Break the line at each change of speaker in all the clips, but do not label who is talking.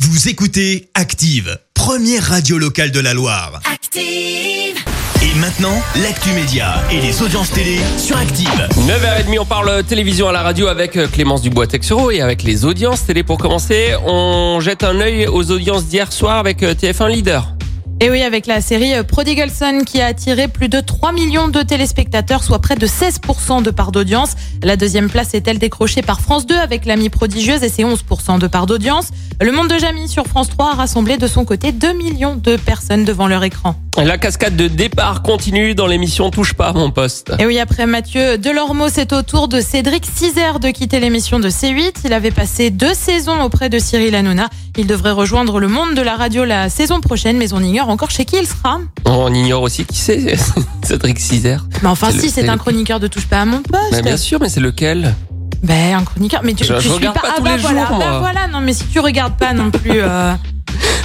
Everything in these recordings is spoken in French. Vous écoutez Active, première radio locale de la Loire.
Active.
Et maintenant, l'actu média et les audiences télé sur Active.
9h30, on parle télévision à la radio avec euh, Clémence Dubois-Texero et avec les audiences télé pour commencer. On jette un œil aux audiences d'hier soir avec euh, TF1 Leader.
Et oui, avec la série Prodigal Son qui a attiré plus de 3 millions de téléspectateurs, soit près de 16% de part d'audience. La deuxième place est-elle décrochée par France 2 avec l'ami prodigieuse et ses 11% de part d'audience. Le monde de Jamie sur France 3 a rassemblé de son côté 2 millions de personnes devant leur écran.
La cascade de départ continue dans l'émission Touche pas à mon poste.
Et oui, après Mathieu Delormeau, c'est au tour de Cédric Cizer de quitter l'émission de C8. Il avait passé deux saisons auprès de Cyril Hanouna. Il devrait rejoindre le monde de la radio la saison prochaine, mais on ignore encore chez qui il sera.
On ignore aussi qui c'est, Cédric Cizer.
Mais enfin,
C'est le-
si, c'est
c'est
un
le-
chroniqueur de Touche pas à mon poste.
Mais bien sûr, mais c'est lequel
Ben, un chroniqueur. Mais tu,
Je-
tu
je
suis
regarde pas
ah,
tous
bah,
les
voilà,
jours,
bah,
moi.
voilà, non, mais si tu regardes pas non plus. Euh,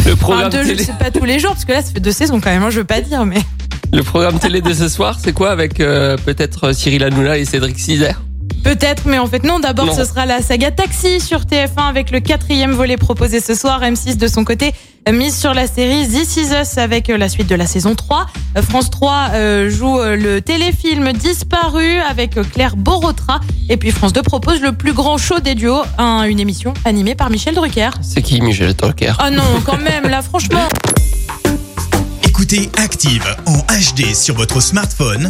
Le
enfin,
programme,
deux,
télé,
c'est pas tous les jours, parce que là, ça fait deux saisons quand même, hein, je veux pas dire, mais.
le programme télé de ce soir, c'est quoi avec euh, peut-être Cyril Hanouna et Cédric Cizer
Peut-être, mais en fait non. D'abord,
Non.
ce sera la saga Taxi sur TF1 avec le quatrième volet proposé ce soir. M6 de son côté euh, mise sur la série This Is Us avec euh, la suite de la saison 3. Euh, France 3 euh, joue euh, le téléfilm Disparu avec euh, Claire Borotra. Et puis France 2 propose le plus grand show des duos, un- une émission animée par Michel Drucker.
C'est qui Michel Drucker
Ah non, quand même, là franchement.
Écoutez Active en HD sur votre smartphone,